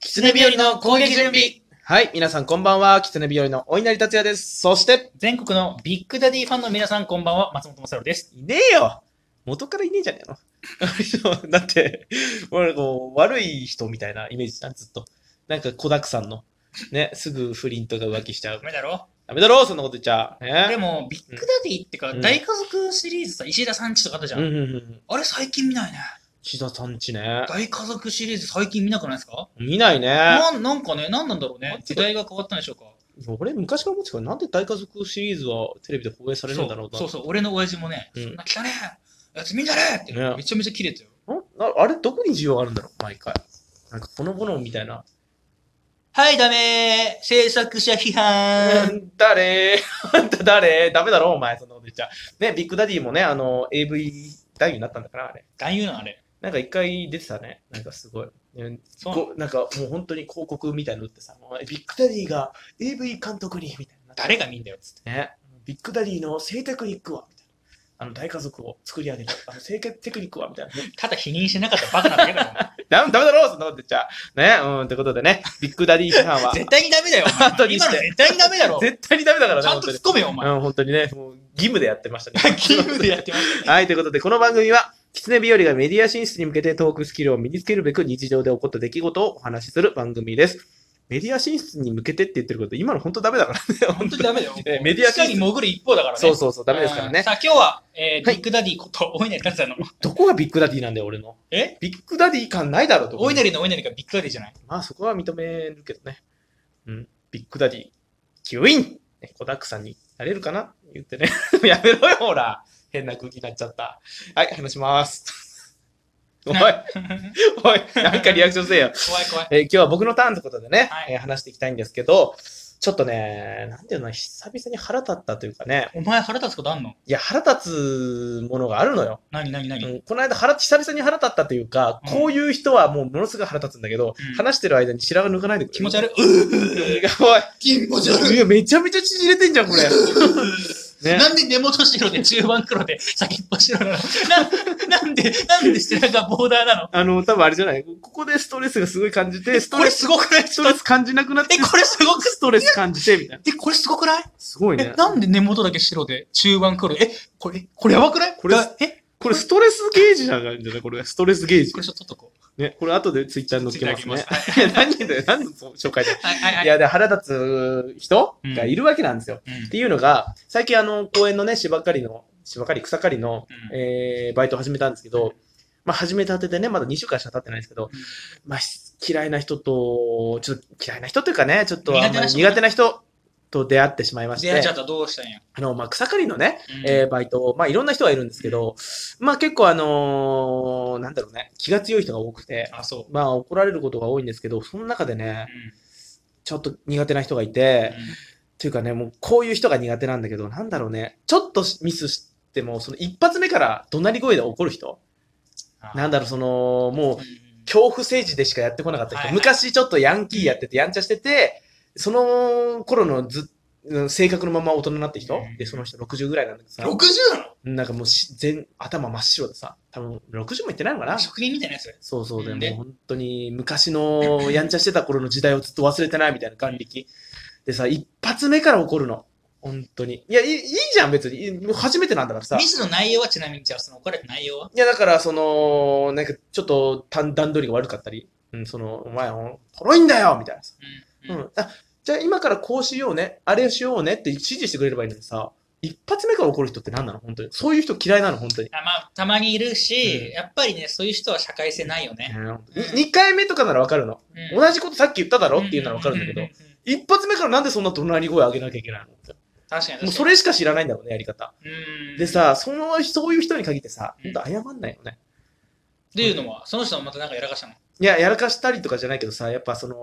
狐日和の攻撃準備はい、皆さんこんばんは。狐日和のお稲荷達也です。そして、全国のビッグダディファンの皆さんこんばんは、松本正郎です。いねえよ元からいねえじゃねえの だって、俺こう、悪い人みたいなイメージじゃん、ずっと。なんか子だくさんの。ね、すぐ不倫とか浮気しちゃうダ。メだろダメだろ、そんなこと言っちゃ。でね、も、ビッグダディってか、うん大家族シリーズさ、石田さんちとかあったじゃうんん。うんうん。あれ最近見ないね。岸田さんちね。大家族シリーズ最近見なくないですか見ないね。なんなんかね、なんなんだろうねあ。時代が変わったんでしょうか。俺、昔から思ってたから、なんで大家族シリーズはテレビで放映されるんだろうなそうそうそう、俺の親父もね、うんそんな汚ねえやつ見んじゃねえって、ねめちゃめちゃ切れてよ。なあれ、どこに需要あるんだろう、毎回。なんか、このものみたいな。はい、ダメー制作者批う判ん誰 あんた誰ダメだろ、お前、そんなこと言っちゃ。ね、ビッグダディもね、あの、AV 男優になったんだから、あれ。男優なのあれ。なんか一回出てたね。なんかすごい。ねそうこなんかもう本当に広告みたいの打ってさ、もうビッグダディが AV 監督に、みたいな。誰が見んだよ、つって。ね、ビッグダディの性テクニックは、みたいな。あの、大家族を作り上げた、あの、性テクニックは、みたいな。ただ否認してなかったらバカなだけだもん。 ダメダメだろそんなこと言っちゃ。ね、うん、ってことでね、ビッグダディ批判は。絶対にダメだよ。お後前に今しのて絶対にダメだろ。ち 絶対にダメだからね、ゃんと本当突に。っ込めよ、お前。うん、本当にね、もう義務でやってましたね。 勤務でやってます。はい、ということで、この番組は、狐日和がメディア進出に向けてトークスキルを身につけるべく日常で起こった出来事をお話しする番組です。メディア進出に向けてって言ってること、今の本当ダメだからね。本本当当にに。ダメだよ。えメディア地下に潜る一方だから ね。そうそうそう、ダメですからうんね。 さあ今日は、えーはいビッグダディこと、お稲荷達也の。どこがビッグダディなんだよ、俺の。えビッグダディ感ないだろ、と。お稲荷のお稲荷がビッグダディじゃない。 まあ、そこは認めるけどね。うん。ビッグダディ、キュインね子だくさんになれるかな言ってね。 やめろよ、ほら。変な空気になっちゃった。はい、話します。おい、おい、なんかリアクションせえよ。怖い怖い。えー今日は僕のターンということでね、はいえー話していきたいんですけど、ちょっとね、なんていうの、久々に腹立ったというかね、お前腹立つことあんのいや、腹立つものがあるのよ。何何何、うんこの間腹、久々に腹立ったというか、うんこういう人はもうものすごい腹立つんだけど、うん話してる間に白髪抜かないでくれる。気持ち悪悪い。うーい。 おい気持ち悪い。いや、めちゃめちゃ縮れてんじゃん、こ れ。ねなんで根元白で中盤黒で 先っぽ白なのななんで、なんで背中ボーダーなのあの、多分あれじゃないここでストレスがすごい感じて、ストこレれス、すごくない ストレス感じなくなってえ、、これすごくストレス感じて、みたいな。え、これすごくないすごいえね、。なんで根元だけ白で、中盤黒で、え、これ、これやばくないこれだえ、これストレスゲージなんじゃないこれ、ストレスゲージこれ。ちょっと取っとこう。ね、これ後でツイッターに載っけますね。ツイッターに何で、何の紹介で。はいはいいや、で、腹立つ人うんがいるわけなんですよ。うんっていうのが、最近あの、公園のね、芝刈りの、芝刈り、草刈りの、うんえー、バイトを始めたんですけど、まあ、始めたてでね、まだ2週間しか経ってないんですけど、まあ、し嫌いな人と、ちょっと嫌いな人というかね、ちょっとあんまり苦苦手手な人と出会ってしまいまし出会っちゃてっ、たらどうしたんや。あの、まあ、草刈りのね、うんえーバイト、まあ、いろんな人がいるんですけど、まあ、結構あのーなんだろうね、気が強い人が多くて、あ、そう。まあ怒られることが多いんですけど、その中でねう、んちょっと苦手な人がいて、というかね、もうこういう人が苦手なんだけど、なんだろうね、ちょっとミスしても、その一発目から怒鳴り声で怒る人、なんだろう、その、もう恐怖政治でしかやってこなかったは人、いはい昔ちょっとヤンキーやってて、やんちゃしてて、その頃のずうん性格のまま大人になって人うんで、その人60ぐらいなんだけどさ、 60ななんかもうし全頭真っ白でさ、多分60もいってないのかなの職人みたいなやつ。そうそうで、でもう本当に昔のやんちゃしてた頃の時代をずっと忘れてないみたいな眼力。でさ、一発目から怒るの。本当に。いや、いいいいじゃん、別に。いいもう初めてなんだからさ。ミスの内容はちなみに、じゃあその怒られた内容はいや、だから、その、なんか、ちょっと段段取りが悪かったり、うん、その、お前、ほろいんだよみたいなさ。ううんん。あ、じゃあ今からこうしようね、あれをしようねって指示してくれればいいのにさ、一発目から怒る人って何なの本当に。そういう人嫌いなの、本当に。あまあ、たまにいるし、うんやっぱりね、そういう人は社会性ないよね。 2回目とかならわかるの。うん同じことさっき言っただろっていうならわかるんだけどうう、ううん一発目からなんでそんな怒鳴り声上げなきゃいけないの確かに確かに。もうそれしか知らないんだろうね、やり方。うんでさ、その、そういう人に限ってさ、うん本当謝んないよね。っていうのは、その人はまたなんかやらかしたの。いや、やらかしたりとかじゃないけどさ、やっぱその、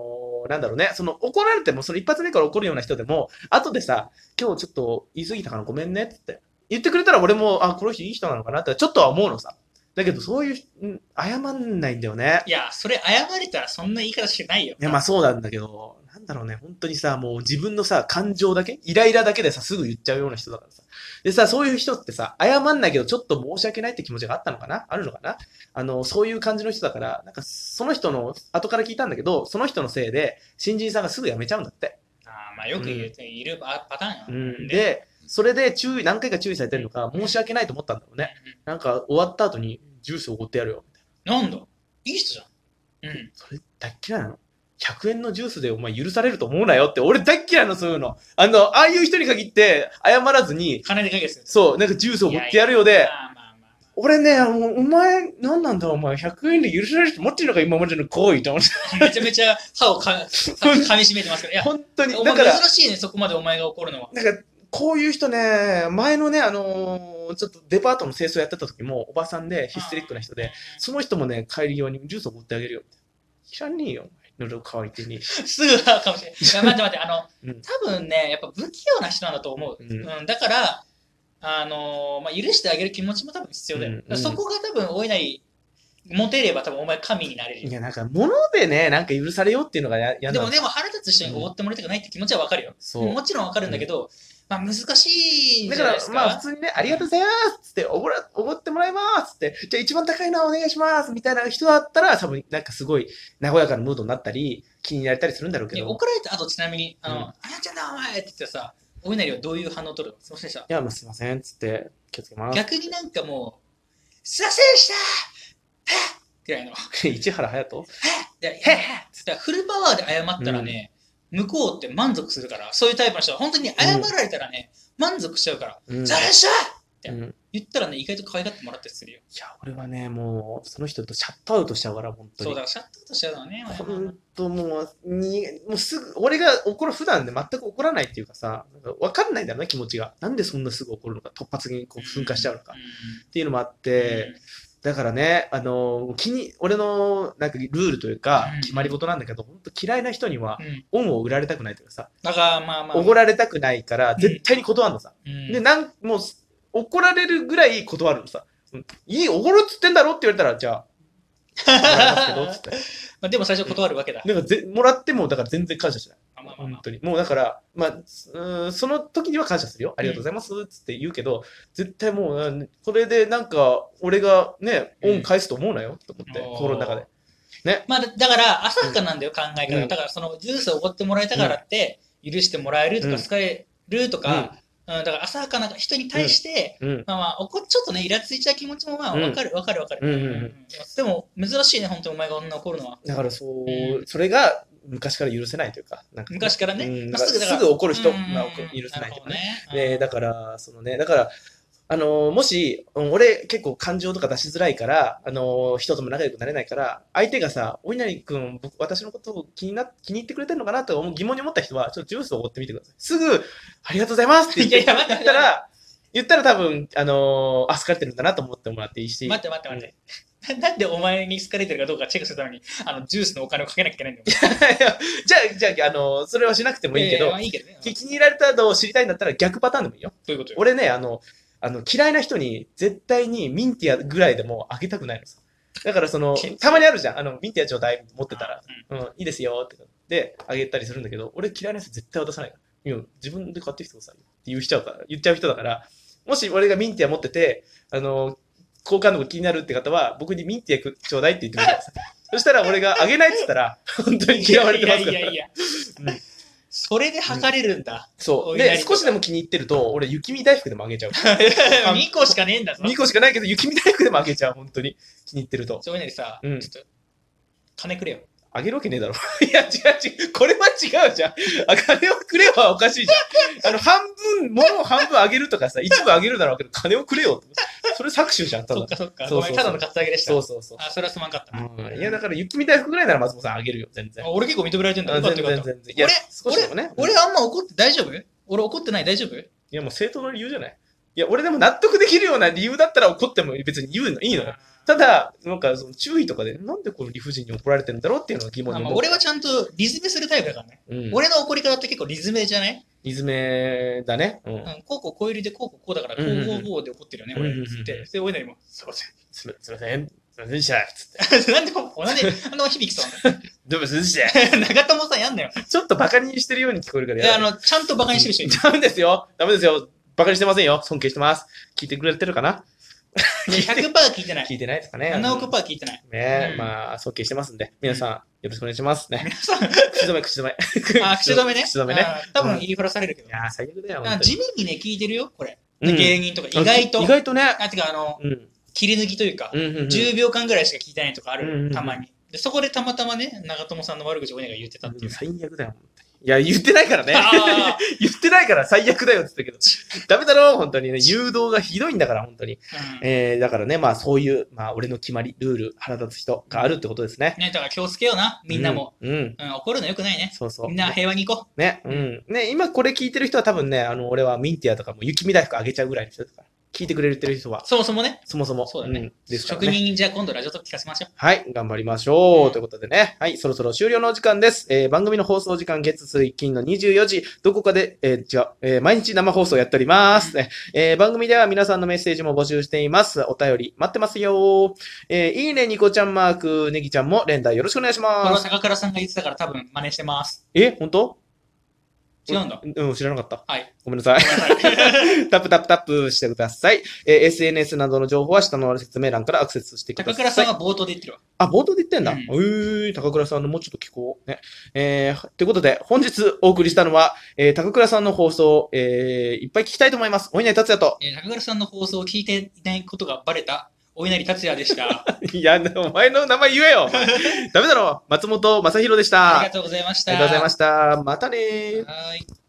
なんだろうね、その怒られても、その一発目から怒るような人でも、後でさ、今日ちょっと言い過ぎたからごめんねって言ってくれたら俺も、あ、この人いい人なのかなってちょっとは思うのさ。だけど、そういう、うん謝んないんだよね。いや、それ謝れたらそんな言い方してないよ。いや、まあそうなんだけど、なんだろうね、本当にさ、もう自分のさ、感情だけ、イライラだけでさ、すぐ言っちゃうような人だからさ、でさ、そういう人ってさ、謝んないけど、ちょっと申し訳ないって気持ちがあったのかなあるのかなあの、そういう感じの人だから、なんか、その人の、後から聞いたんだけど、その人のせいで、新人さんがすぐ辞めちゃうんだって。あーまあよく言うているパパターうンよん、で、それで注意、何回か注意されてるのか、申し訳ないと思ったんだろうね。なんか、終わった後に、ジュースおごってやるよ。みたいななんだいい人じゃん。うん。それ、大っ嫌いなの。100円のジュースでお前許されると思うなよって、俺大っ嫌いなの、そういうの。あの、ああいう人に限って、謝らずに、金で解決する。そう、なんかジュースおごってやるようで、まあまあまあ俺ね、あのお前、なんなんだお前、100円で許されると思ってるのか、今までの行為と思って。まあめちゃめちゃ 歯をかか噛みしめてますけど。いや、本当に。おだ前から、珍しいね、そこまでお前が怒るのは。なんか、こういう人ね、前のね、あのーちょっとデパートの清掃やってた時も、おばさんでヒステリックな人で、その人もね、帰り際にジュースを持ってあげるよ。知らねえよ、お前喉乾いてねえし。すぐ歯かもしれない。いや待って待って、あの、うん多分ね、やっぱ不器用な人なんだと思う。ううんんだから、あのーまあ、許してあげる気持ちも多分必要だよ。うんうんだからそこが多分、おいなり、持てれば多分お前神になれるいよ。や、なんか、物でね、なんか許されようっていうのがややでなもの。でも腹立つ人におごってもらいたくないって気持ちはわかるよ。そうも。ちろんわかるんだけど、まあ難しいんだじかゃないらです、か。まあ、普通にね、ありがとうございますっつって、おごら、おごってもらいますって、じゃあ一番高いのお願いしますみたいな人だったら、多分、なんかすごい、和やかなムードになったり、気になれたりするんだろうけいやど。怒られた後ちなみに「あの、うんあやちゃんだお前!」って言ってさお稲荷はどういう反応を取るのすいませんでしたいや、もうすいませんっつって、気をつけます。逆になんかもう「すいませんでした!」はっぐらいの「はっ!市原隼人」で「へっへっ!」つってフルパワーで謝ったらね、向こうって満足するからそういうタイプの人は本当に謝られたらね、満足しちゃうから「うすんいませんでした!」てうん言ったらね意外と可愛がってもらったりするよいや、俺はね、もう、その人とシャットアウトしちゃうから、本当そうに。だからシャットアウトしちゃうのはねまあまあまあ本当もう、に、もうすぐ、俺が怒る、普段で全く怒らないっていうかさ、わかんないんだよね、気持ちが。なんでそんなすぐ怒るのか、突発的にこう噴火しちゃうのか。んっていうのもあって、だからね、あの気に俺のなんかルールというかうん決まり事なんだけど、本当嫌いな人にはうんうん恩を売られたくないというかさ、だからまあまあおごられたくないからん絶対に断るのさ、うんでなんもう怒られるぐらい断るのさうんいいおごるっつってんだろって言われたらじゃあもらいますけどっつっ まあでも最初断るわけだ、てなんかぜもらってもだから全然感謝しないまあまあまあま本あ当にもうだから、まあ、うーんその時には感謝するよありがとうございますっつって言うけど、絶対もううんこれでなんか俺がねうん恩返すと思うなよと思って、おー心の中でまあ、だだから、浅はかなんだよ、考え方うが。んだから、その、ジュースをおごってもらえたからって、許してもらえるとうんか、使えるとか、うん、だから、浅はかな人に対して、うんまあまあ、怒っちょっとね、イラついちゃう気持ちも、まあ、うんわかる、わかる、わかる。うんうんうんでも、珍しいね、本当にお前が女怒るのは。だからそう、うそれが昔から許せないというか、なんか昔からね。うんまあだからだからすぐ怒る人うんまあ怒許せないとかねるほどでだから、そのね、だから、あのーもし、うん俺結構感情とか出しづらいから、あのー人とも仲良くなれないから、相手がさ、お稲荷君、僕、私のことを気にな、気に入ってくれてるのかなと思う疑問に思った人は、ちょっとジュースをおごってみてください。すぐ、ありがとうございますって言っ いやいや待って言ったら、言ったら多分、あのーあ、好かれてるんだなと思ってもらっていいし、うん待って待って待って。ななんでお前に好かれてるかどうかチェックするために、あの、ジュースのお金をかけなきゃいけないんだよ。 じゃあ、じゃあ、あのーそれはしなくてもいいけやどやまあ、いいけどね。うん気気に入られたのを知りたいんだったら逆パターンでもいいよ。どういうことよ。俺ね、あの、あの嫌いな人に絶対にミンティアぐらいでもあげたくないのさ。だからその、たまにあるじゃん。あの、ミンティアちょうだい持ってたら、うんうん、いいですよって。で、あげたりするんだけど、俺嫌いな人絶対渡さないから。いや、自分で買ってきてくださいって言う人だから、言っちゃう人だから、もし俺がミンティア持ってて、あの、好感度が気になるって方は、僕にミンティアくちょうだいって言ってください。そしたら俺があげないって言ったら、本当に嫌われてますから。いやいやいやいうや。それで測れるんだ。そう。お稲荷で、とか少しでも気に入ってると、俺、雪見大福でもあげちゃう。 2個しかねえんだぞ。 2個しかないけど、雪見大福でもあげちゃう、本当に。気に入ってると。そういうのにさ、うんちょっと、金くれよ。あげるわけねえだろ。 いや、違う違う。これは違うじゃん。あ、金をくれはおかしいじゃん。あの、半分、ものを半分あげるとかさ、一部あげるだろうけど、金をくれよ。それ搾取じゃん、ただそっ。かそっか。そうごそうそうめ、んただのカツアゲでしたそう。そうそう。あ、それはすまんかったな。うんいや、だから雪見大福ぐらいなら松本さんあげるよ、全然あ。俺結構認められてんだ。よ全かっ然たよかっ全た。然。いや俺、少しでもね。うん俺あんま怒って大丈夫俺怒ってない大丈夫いや、もう正当な理由じゃない。いや、俺でも納得できるような理由だったら怒っても別に言うの、いいのよ。ただ、なんかその注意とかで、なんでこの理不尽に怒られてるんだろうっていうのが疑問あにまあ思う。俺はちゃんとリズメするタイプだからね。うん、俺の怒り方って結構リズメじゃないいずめだね。うん。うんこうこうこう入りでこうこうこうだから、こうんうこうこうで怒ってるよね、うんうんうん俺。つって。で、おいなりも、すいますみすみません。すみませんでした。つって。せん。 なんでも、なんで、なんでも響きそうなんだよどうもすみませんでし 長友さんやんなよ。た。ちょっとバカにしてるように聞こえるからで、だあね、の、ちゃんとバカにしてる人いるダメですよ。ダメですよ。バカにしてませんよ。尊敬してます。聞いてくれてるかな100%聞いてない。聞いてないですかね。 7億パー聞いてない。ねえ、うんまあ、尊敬してますんで、皆さん、よろしくお願いしますね。皆さん、口止め、口止め。 あ、口止めね。口止めね。あー多分言いふらされるけどい。やー、最悪だよ。あ本当に地味にね、聞いてるよ、これ。うん芸人とか、意外と。意外とね。あ、てか、あの、うん。切り抜きというか、うんうんうん。 10秒間ぐらいしか聞いてないとかあうんうんうる、んたまに。でそこでたまたまね、長友さんの悪口を親が言ってたっていう。最悪だよ。本当にいや、言ってないからね。あ言ってないから最悪だよって言ったけど。ダメだろ、本当にね。誘導がひどいんだから、本当に。ーうん えー、だからね、まあ、そういう、まあ、俺の決まり、ルール、腹立つ人があるってことですね。ね、だから気をつけような、みんなも。うん。うん。うん、怒るのよくないね。そうそう。みんな平和に行こね、うん。ね、今これ聞いてる人は多分ね、あの、俺はミンティアとかも雪見大福あげちゃうぐらいの人だから。聞いてくれてる人はう。、そもそもね、そもそも。そうだねんですから職ね。人じゃあ今度ラジオと聞かせましょう。はい、頑張りましょうう。んということでね、はい、そろそろ終了のお時間です。えー番組の放送時間、月水金の24時、どこかで、えー違う、えー毎日生放送やっております。ねえー番組では皆さんのメッセージも募集しています。お便り待ってますよ。えーいいね、ニコちゃんマーク、ネギちゃんも連打よろしくお願いしこれまはす。坂倉さんが言ってたから多分真似してます。え、本当違うんだ。うん、知らなかった。はい。ごめんなさい。 タップタップタップしてください。えー SNS などの情報は下の説明欄からアクセスしてくださ高い。倉さんは冒頭で言ってるわ。あ、冒頭で言ってんだ。うんえー高倉さんのもうちょっと聞こう。ね。えー、ということで、本日お送りしたのは、えー高倉さんの放送、えーいっぱい聞きたいと思います。お稲荷達也 と。えー高倉さんの放送を聞いていないことがバレた、お稲荷達也で した。いや、お前の名前言えよ。お前ダメだろ。松本正宏でした。ありがとうございました。ありがとうございました。またねー。はい。